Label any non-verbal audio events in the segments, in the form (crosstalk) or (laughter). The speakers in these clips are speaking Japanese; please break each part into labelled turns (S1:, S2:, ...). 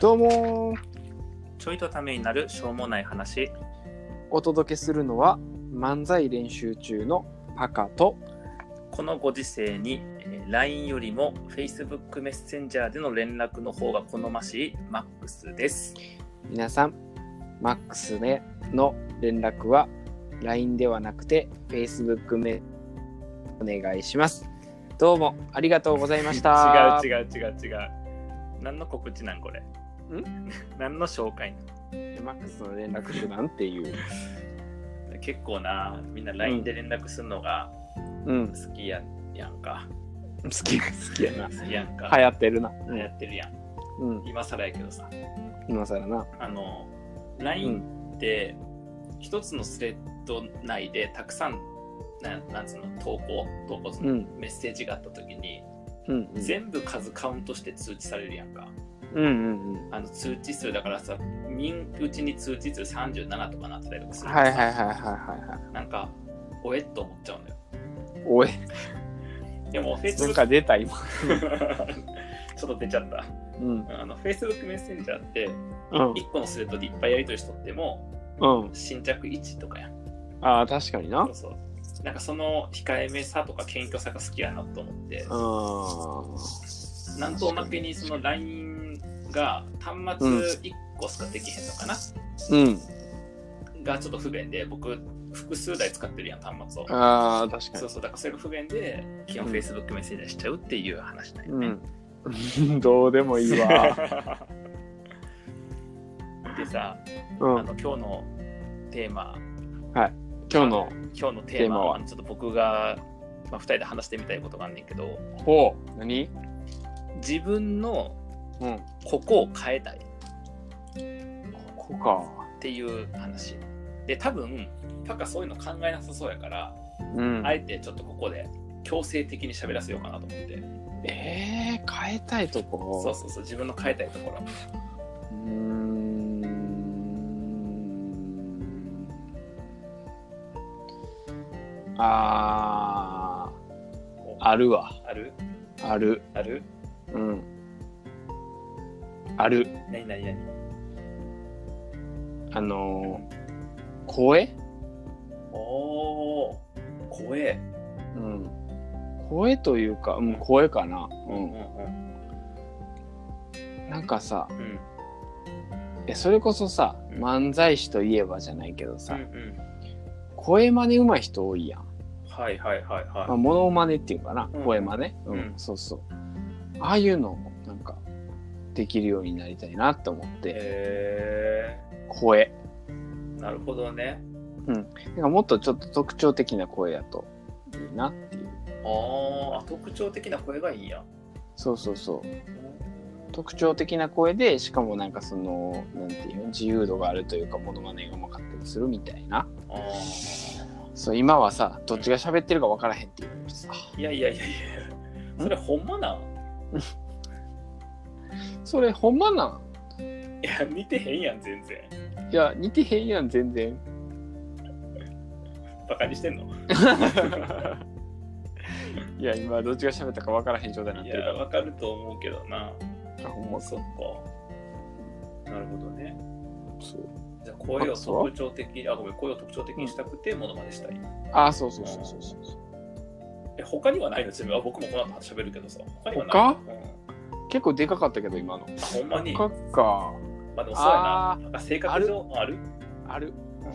S1: どうもー
S2: ちょいとためになるしょうもない話。
S1: お届けするのは漫才練習中のパカと
S2: このご時世に、えー LINE よりも Facebook メッセンジャーでの連絡の方が好ましいマックスです。
S1: 皆さんマックスねの連絡は LINE ではなくて Facebook でお願いしますどうもありがとうございました
S2: 違う違う違う違う。何の告知なんこれ。ん何の紹介なん
S1: (laughs) 違うマックスの連絡手段っていう
S2: 結構な、みんな LINE で連絡するのが
S1: うん
S2: 好きや,、ん、やんか。
S1: 好き好きやな
S2: 好きやんか。
S1: (laughs) 流行ってるな
S2: 流行ってるやん。
S1: うん
S2: 今更やけどさ。
S1: 今更な
S2: あの、
S1: う
S2: LINE
S1: ん
S2: って一つのスレッド内でたくさん、なんなんつうの、投稿、投稿する
S1: う。ん
S2: メッセージがあった時に
S1: うん
S2: 全部数カウントして通知されるやんか
S1: うんうんうん
S2: あの通知数だからさ民うちに通知数37とかなってたりとかする
S1: はいはいはいはい
S2: い
S1: はいはい
S2: なんかおえっと思っちゃうんだよ
S1: おい
S2: でもフェイス
S1: なん
S2: ブック
S1: か出た今
S2: (laughs) ちょっと出ちゃった
S1: うん
S2: あの Facebook メッセンジャーって
S1: うん
S2: 1個のスレッドでいっぱいやり取りしとっても
S1: うん
S2: 新着1とかやん
S1: ああ確かにな
S2: そうそうなんかその控えめさとか謙虚さが好きやなと思って
S1: うん
S2: なんとおまけにその LINE が端末1個しかできへんのかな、
S1: うん
S2: がちょっと不便で僕複数台使ってるやん端末を
S1: ああ確か
S2: そうそうだからそれが不便で基本
S1: うん
S2: Facebook メッセージしちゃうっていう話だよね、
S1: にうん (laughs) どうでもいい
S2: (laughs)
S1: わ
S2: でさ、
S1: うん
S2: あの今日のテーマ
S1: 今日の
S2: 今日の
S1: テー
S2: テーマ
S1: マは
S2: はちょっと僕が、まあ、2人で話してみたいことがあんねんけど
S1: ほう何
S2: 自分の
S1: うん
S2: ここを変えたいっ
S1: ここか
S2: ていう話で多分パカそういうの考えなさそうやから、
S1: うん
S2: あえてちょっとここで強制的に喋らせようかなと思って
S1: えー変えたいとこ
S2: そうそうそう自分の変えたいところ
S1: うーんあーあるわ
S2: ある
S1: ある
S2: ある
S1: うんある
S2: 何何何
S1: あのー声
S2: おお怖え
S1: うん、声というか、うん、声かな、う
S2: うん
S1: ん、
S2: うん
S1: なんかさ
S2: うん
S1: えそれこそさ
S2: うん
S1: 漫才師といえばじゃないけど
S2: う
S1: さ、
S2: んうん
S1: 声真似上手い人多いやん、
S2: はいはいはい
S1: まあ、
S2: は
S1: モノマネっていうかな、
S2: うん
S1: 声真似、うん
S2: うん
S1: そうそうああいうのもなんかできるようになりたいなと思っ
S2: い
S1: て
S2: へ
S1: 声
S2: えなるほどね
S1: なんかもっとちょっと特徴的な声やといいなっていう
S2: ああ特徴的な声がいいんや
S1: そうそうそう特徴的な声でしかもなんかそのなんていうの自由度があるというかモノマネがうまかったりするみたいな
S2: ああ
S1: そう今はさどっちが喋ってるか分からへんっていうのさ
S2: いやいやいやいやそれほんまなん
S1: それほんまない
S2: や似てへんやん全然
S1: んいや似てへんやん全然
S2: バカにしてんの
S1: いや今どっちが喋ったか分からへん状態にないってる
S2: やわかると思うけどな
S1: からほんま
S2: そっかなるほどね
S1: そう
S2: じゃあ声を
S1: あそう
S2: 特徴的あごめん声を特徴的にしたくてものまねしたい
S1: あそうそうそうそうそう
S2: え他にはないのちなみにあ僕もこの後喋るけどさ他にはない
S1: 他
S2: うん
S1: 結構でかかったけど今の
S2: あほんまに
S1: かっか
S2: まあでもそうやな
S1: あー
S2: なんか性格上ある
S1: ある (laughs)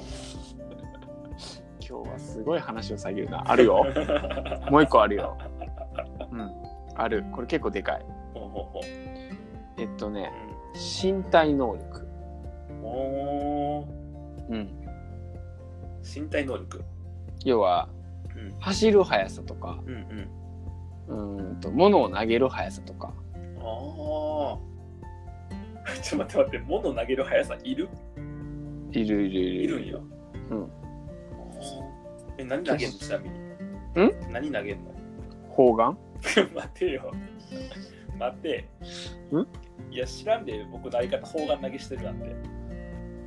S1: 今日はすごい話を下げるなある (laughs) よもう一個あるようんあるこれ結構でかい
S2: (laughs) ほうほうほう
S1: えっとね身体能力
S2: うんおー
S1: うん
S2: 身体能力
S1: 要は
S2: うん
S1: 走る速さとか
S2: うん
S1: うーんと物を投げる速さとか
S2: うんああ (laughs) ちょっと待って待って物投げる速さいる
S1: いるいるいる
S2: いるんや
S1: うん
S2: あーえ何投げんのちなみにん何投げんの (laughs)
S1: 砲丸
S2: 待てよ待ていや知らんで僕の相方砲丸投げしてるなんて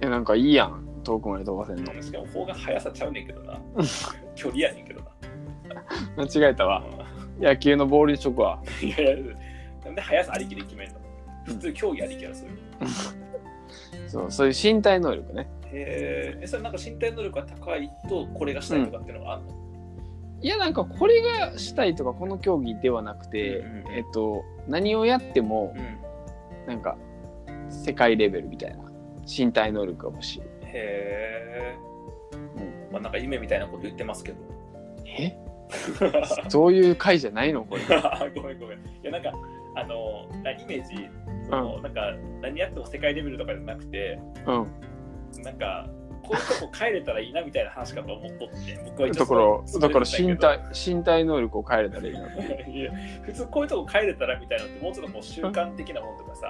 S1: えなんかいいやん遠くまで飛ばせんの
S2: しかも方が速さちゃうねんけどな距離やねんけどな (laughs)
S1: 間違えたわ野球のボールにしとくわ
S2: うんいやいやなんで速さありきで決めんの普通競技ありきやろそういう
S1: そうそういう身体能力ね
S2: へえそれなんか身体能力が高いとこれがしたいとかっていうのがあるの、
S1: いやなんかこれがしたいとかこの競技ではなくて、
S2: うんうんうん
S1: えっと何をやっても
S2: うん
S1: なんか世界レベルみたいな身体能力が欲しい
S2: へえ、まあなんか夢みたいなこと言ってますけど (laughs)
S1: えそういう回じゃないのこれ
S2: (laughs) ごめんごめんいやなんかあのなイメージその、なんか何やっても世界レベルとかじゃなくて
S1: うん
S2: なんかこういうとこ帰れたらいいなみたいな話かと思っとって僕は一応
S1: だから
S2: そう
S1: だから
S2: そう
S1: 身体身体能力を変えれたらいいない
S2: や普通こ (laughs) ういうとこ帰れたらみたいなのってもうちょっとこう習慣的なもんとかさ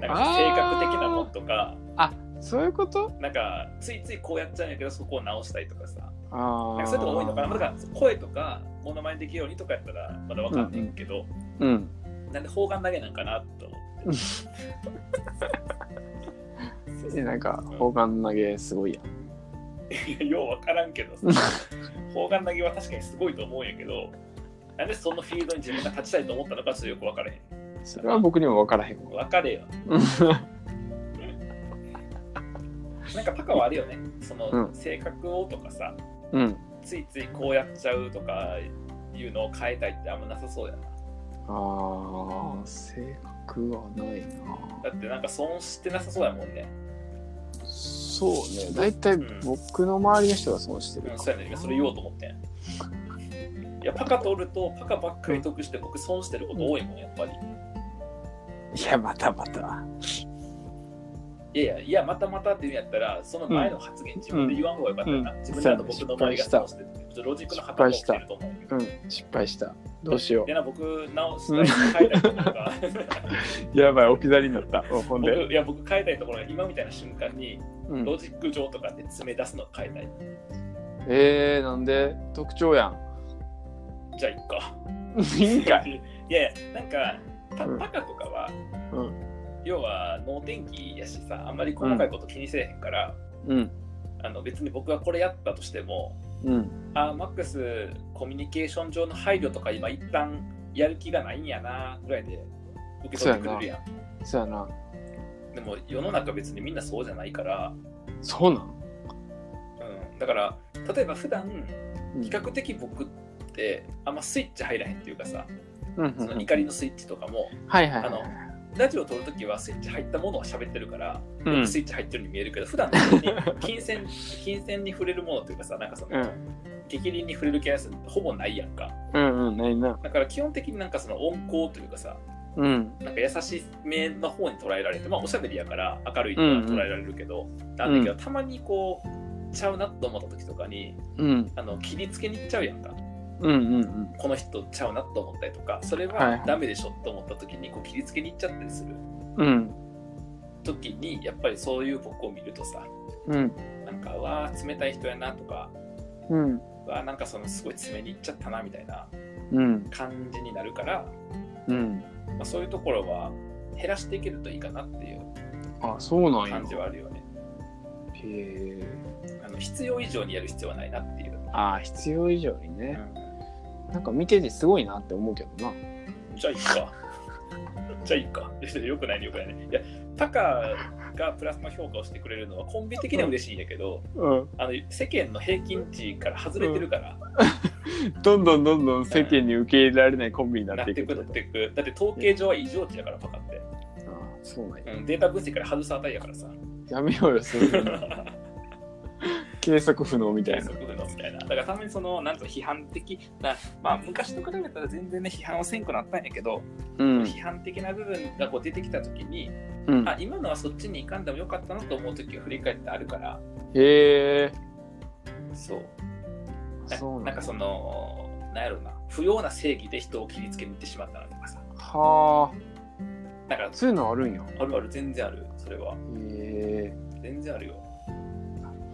S2: なんか
S1: あー
S2: 性格的なもんとか
S1: あそういうこと
S2: なんかついついこうやっちゃうんやけどそこを直したいとかさ
S1: あ
S2: なん
S1: あ
S2: かそういうとこ多いのかなまあだから声とかモノマネできるようにとかやったらまだわかんないけど、
S1: うん
S2: なんで砲丸投げなんかなと思って
S1: えなんか砲丸投げすごいやん
S2: (laughs) いやようわからんけどさ砲丸投げは確かにすごいと思うんやけどなんでそのフィールドに自分が立ちたいと思ったのかちょっとよく分からへん
S1: それは僕にも分からへんわ
S2: 分かれよなんかパカはあるよねその、
S1: うん
S2: 性格をとかさ
S1: うん
S2: ついついこうやっちゃうとかいうのを変えたいってあんまなさそうやな
S1: ああ性格はないな
S2: だってなんか損してなさそうやもんね
S1: そうね大体僕の周りの人が損してる
S2: うん、そうやね今それ言おうと思ってんいやパカとおるとパカばっかり得して僕損してること多いもんやっぱり
S1: いやまたまた
S2: いやいやいやまたまたって言うんやったらその前の発言自分で言わん方がよかったな、
S1: うん
S2: 自分だと僕の周りが損してるちょっとロジックの働きが起きてると思うけど
S1: うん失敗したどうしよ
S2: でな僕直したい変え
S1: (laughs)
S2: たいところが
S1: うやばい置き去りになったほん
S2: 僕いや僕変えたいところが今みたいな瞬間に
S1: うん
S2: ロジック上とかで詰め出すの変えたい
S1: えー、なんで特徴やん
S2: じゃあいっか
S1: (laughs) いいんかい
S2: い (laughs) やいやなんかパ
S1: うん
S2: パカとかは、
S1: う
S2: 要は脳天気やしさあんまり細かいこと気にせえへんから、
S1: うん
S2: あの別に僕がこれやったとしても
S1: うん
S2: あーマックスコミュニケーション上の配慮とか今一旦やる気がないんやなぐらいで受け取ってくれるやん
S1: そうやな
S2: でも世の中別にみんなそうじゃないから、
S1: そうなん
S2: うん、だから例えば普段比較的僕ってあんまスイッチ入らへんっていうかさ
S1: うんう
S2: そ
S1: んう
S2: の
S1: ん
S2: 怒りのスイッチとかも
S1: はいはい
S2: あのラジオを撮るときはスイッチ入ったものは喋ってるから、
S1: うん
S2: スイッチ入ってるように見えるけど普段別に
S1: (laughs)
S2: 金銭金銭に触れるものというかさなんかそ
S1: う
S2: の、
S1: ん
S2: 激鱗に触れるケースってほぼないやんか
S1: うんうんないな
S2: だから基本的になんかその温厚というかさ
S1: うん
S2: なんか優しめの方に捉えられてまあおしゃべりやから明るいとは捉えられるけど、なんだけどたまにこうちゃうなと思った時とかに
S1: うん
S2: あの切りつけに行っちゃうやんか
S1: うんうんうん
S2: この人ちゃうなと思ったりとかそれ
S1: はい
S2: はダメでしょと思った時にこう切りつけに行っちゃったりする
S1: うん
S2: 時にやっぱりそういう僕を見るとさ
S1: うん
S2: なんかうわー冷たい人やなとか
S1: うん
S2: うわーなんかそのすごい詰めに行っちゃったなみたいな
S1: うん
S2: 感じになるから
S1: うん
S2: まあ、そういうところは減らしていけるといいかなっていう
S1: あそうなんや
S2: 感じはあるよね。
S1: へえ
S2: あの必要以上にやる必要はないなっていう。
S1: ああ必要以上にね、なんか見ててすごいなって思うけどな
S2: じゃあいいか。 (laughs) じゃあいいか。 (laughs) よくないね、よくないね。いや、タカがプラスの評価をしてくれるのはコンビ的には嬉しいんやけど、
S1: うん
S2: あの世間の平均値から外れてるから、
S1: どんどんどんどん世間に受け入れられないコンビにな
S2: な
S1: っ
S2: ってて
S1: い
S2: い
S1: く
S2: く、
S1: って
S2: な
S1: こと
S2: っていく。だって統計上は異常値だから、パカって。
S1: ああそうなんや
S2: うん、データ分析から外す値やからさ。
S1: やめようよそういうの (laughs) 計測不能みたいな
S2: そういうことだみたいな。だからたまにその、なんと批判的な、まあ昔と比べたら全然ね、批判をせんくなったんやけど、
S1: うん
S2: 批判的な部分がこう出てきた時に、
S1: うん
S2: あ今のはそっちに行かんでもよかったなと思う時を振り返ってあるから
S1: へえ
S2: そうな
S1: そうな
S2: な
S1: んん
S2: か
S1: や
S2: そのなんやろうな不要な正義で人を切りつけに行ってしまったなとかさ
S1: は
S2: だから
S1: あそういうのあるんやへ
S2: あるある全然あるそれは
S1: え
S2: 全然あるよ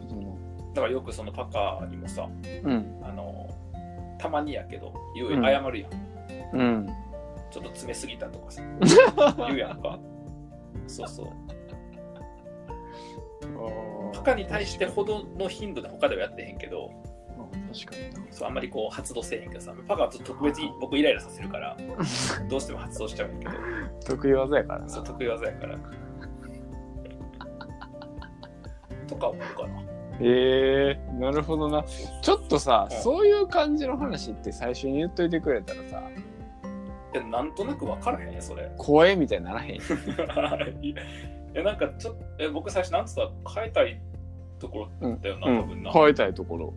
S1: その
S2: だからよくそのパカにもさ
S1: うん
S2: あのたまにやけど言う
S1: うん
S2: 謝るやん、
S1: うん
S2: ちょっと詰めすぎたとか
S1: (laughs)
S2: さ言うやんかそうそうパカに対してほどの頻度で他ではやってへんけど
S1: あー確かにな
S2: そうあんまりこう発動せえへんけどさパカはちょっと特別に僕イライラさせるから
S1: (laughs)
S2: どうしても発動しちゃうんやけど
S1: 得意技やから
S2: そう
S1: な
S2: 得意技やからとか思うかな
S1: えー、なるほどなちょっとさ、
S2: うん
S1: そういう感じの話って最初に言っといてくれたらさ
S2: でなんとなく分からへんねそれ (laughs)
S1: 怖えみたいにならへん
S2: いやなんかちょっとえ僕最初なんつった変えたいところだよな、
S1: う
S2: 多分
S1: ん
S2: な、
S1: 変えたいところ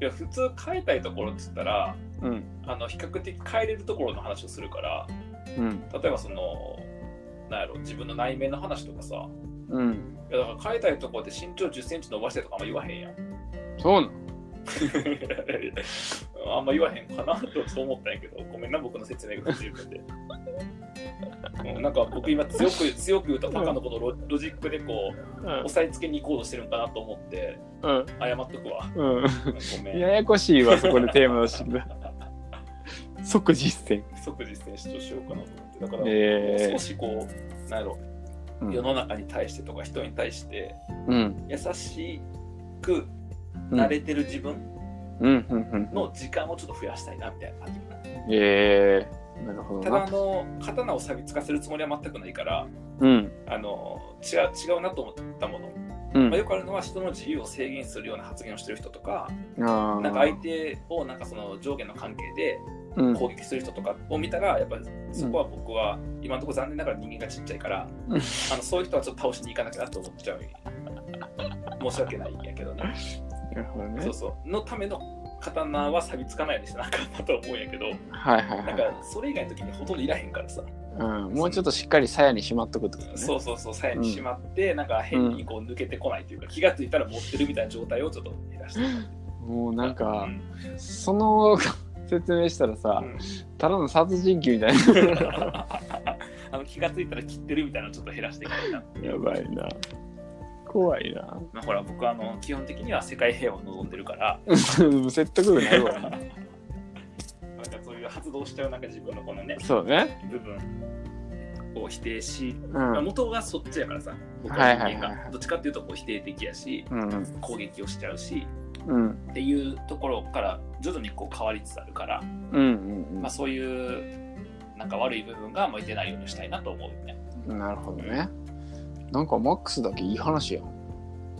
S2: いや普通変えたいところって言ったら
S1: うん
S2: あの比較的変えれるところの話をするから
S1: うん
S2: 例えばそのなんやろ自分の内面の話とかさ
S1: うん
S2: いやだから変えたいところで身長1 0センチ伸ばしてとかあんま言わへんやん
S1: そうなの
S2: (laughs) あんま言わへんかなとそう思ったんやけどごめんな僕の説明が不十分でうんなんか僕今強く強く言うとパカのこのロロジックでこう押さえつけに行こうとしてるんかなと思って
S1: うん
S2: 謝っとくわ
S1: うん、
S2: ごめん
S1: ややこしいわそこでテーマ出してくる (laughs) 即実践
S2: 即実践しとしようかなと思ってだから、
S1: え
S2: 少しこうなんやろ
S1: ー
S2: 世の中に対してとか人に対して
S1: うん
S2: 優しく
S1: うん
S2: 慣れてる自分
S1: うんうんうん
S2: の時間をちょっと増やしたいなみたいな感じ
S1: えー、なるほど
S2: ただあ
S1: な
S2: の刀を錆びつかせるつもりは全くないから
S1: うん
S2: あの違う違うなと思ったもの、
S1: うん
S2: まあ、よくあるのは人の自由を制限するような発言をしてる人とか
S1: あー
S2: なんか相手をなんかその上下の関係で
S1: うん
S2: 攻撃する人とかを見たらやっぱりそこは僕は今のところ残念ながら人間がちっちゃいから、
S1: うん
S2: あのそういう人はちょっと倒しに行かなきゃなと思っちゃう申し訳ないんやけどね
S1: なるほど
S2: そ
S1: ね
S2: うそうのための刀は錆びつかないようにしてなあかんなと思うんやけど
S1: はいはいは
S2: なん
S1: い
S2: かそれ以外の時にほとんどいらへんからさ
S1: うん、もうちょっとしっかり鞘にしまっとくってことね
S2: そうそうそう鞘にしまって、なんか変にこう抜けてこないというか気がついたら持ってるみたいな状態をちょっと減らして
S1: もうなんか
S2: う、ん
S1: その (laughs) 説明したらさ、
S2: うん (laughs)
S1: ただの殺人鬼みたい
S2: あの気がついたら切ってるみたいなのをちょっと減らしていかないな
S1: な (laughs) やばいな怖いな
S2: まあ、ほら僕はあの基本的には世界平和を望んでるから
S1: (laughs) 説得力ないわ
S2: なんか (laughs) そういう発動しちゃうなんか自分のこのね
S1: (laughs) そうね
S2: 部分を否定し、
S1: うん
S2: まあ、元がそっちやからさ僕
S1: は
S2: はい
S1: はい
S2: 人
S1: はいはい
S2: 間がどっちかっていうとこう否定的やし
S1: うん
S2: 攻撃をしちゃうし
S1: うん
S2: っていうところから徐々にこう変わりつつあるから、
S1: うんうん
S2: まあ、そういうなんか悪い部分が向いてないようにしたいなと思うよね
S1: うんなるほどねなんかマックスだけいい話やん
S2: い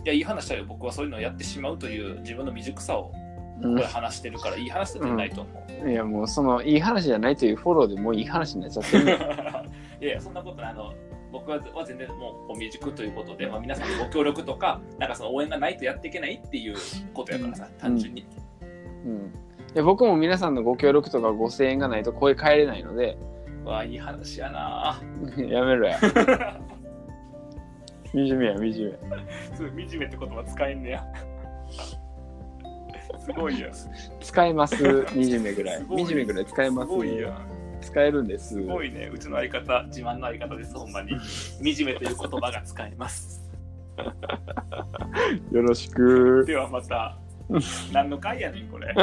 S2: やいい話だよ僕はそういうのをやってしまうという自分の未熟さをこれ話してるからいい話だと (laughs) ないと思う、
S1: うんいやもうそのいい話じゃないというフォローでもういい話になっちゃってるね
S2: いやいや、そんなことない。あの僕はは全然もう未熟ということで、まあ、皆さんのご協力とか、なんかその応援がないとやっていけないっていうことやからさ、単純に。
S1: うんいや僕も皆さんのご協力とかご声援がないと声変えれないので
S2: わあ、いい話や (laughs) な
S1: やめ (laughs) ろや惨めや惨め
S2: そう、惨めって言葉使えんねや。 (laughs) すごいよ。す
S1: 使えます20名ぐ
S2: (laughs)
S1: らい
S2: すごい
S1: 20名ぐらい使えます
S2: ごいよ。
S1: 使えるんです
S2: すごいね。うちの相方、自慢の相方です、ほんまに。惨めという言葉が使えます。
S1: よろしく
S2: では
S1: (laughs)
S2: また、何の回やねん、これ。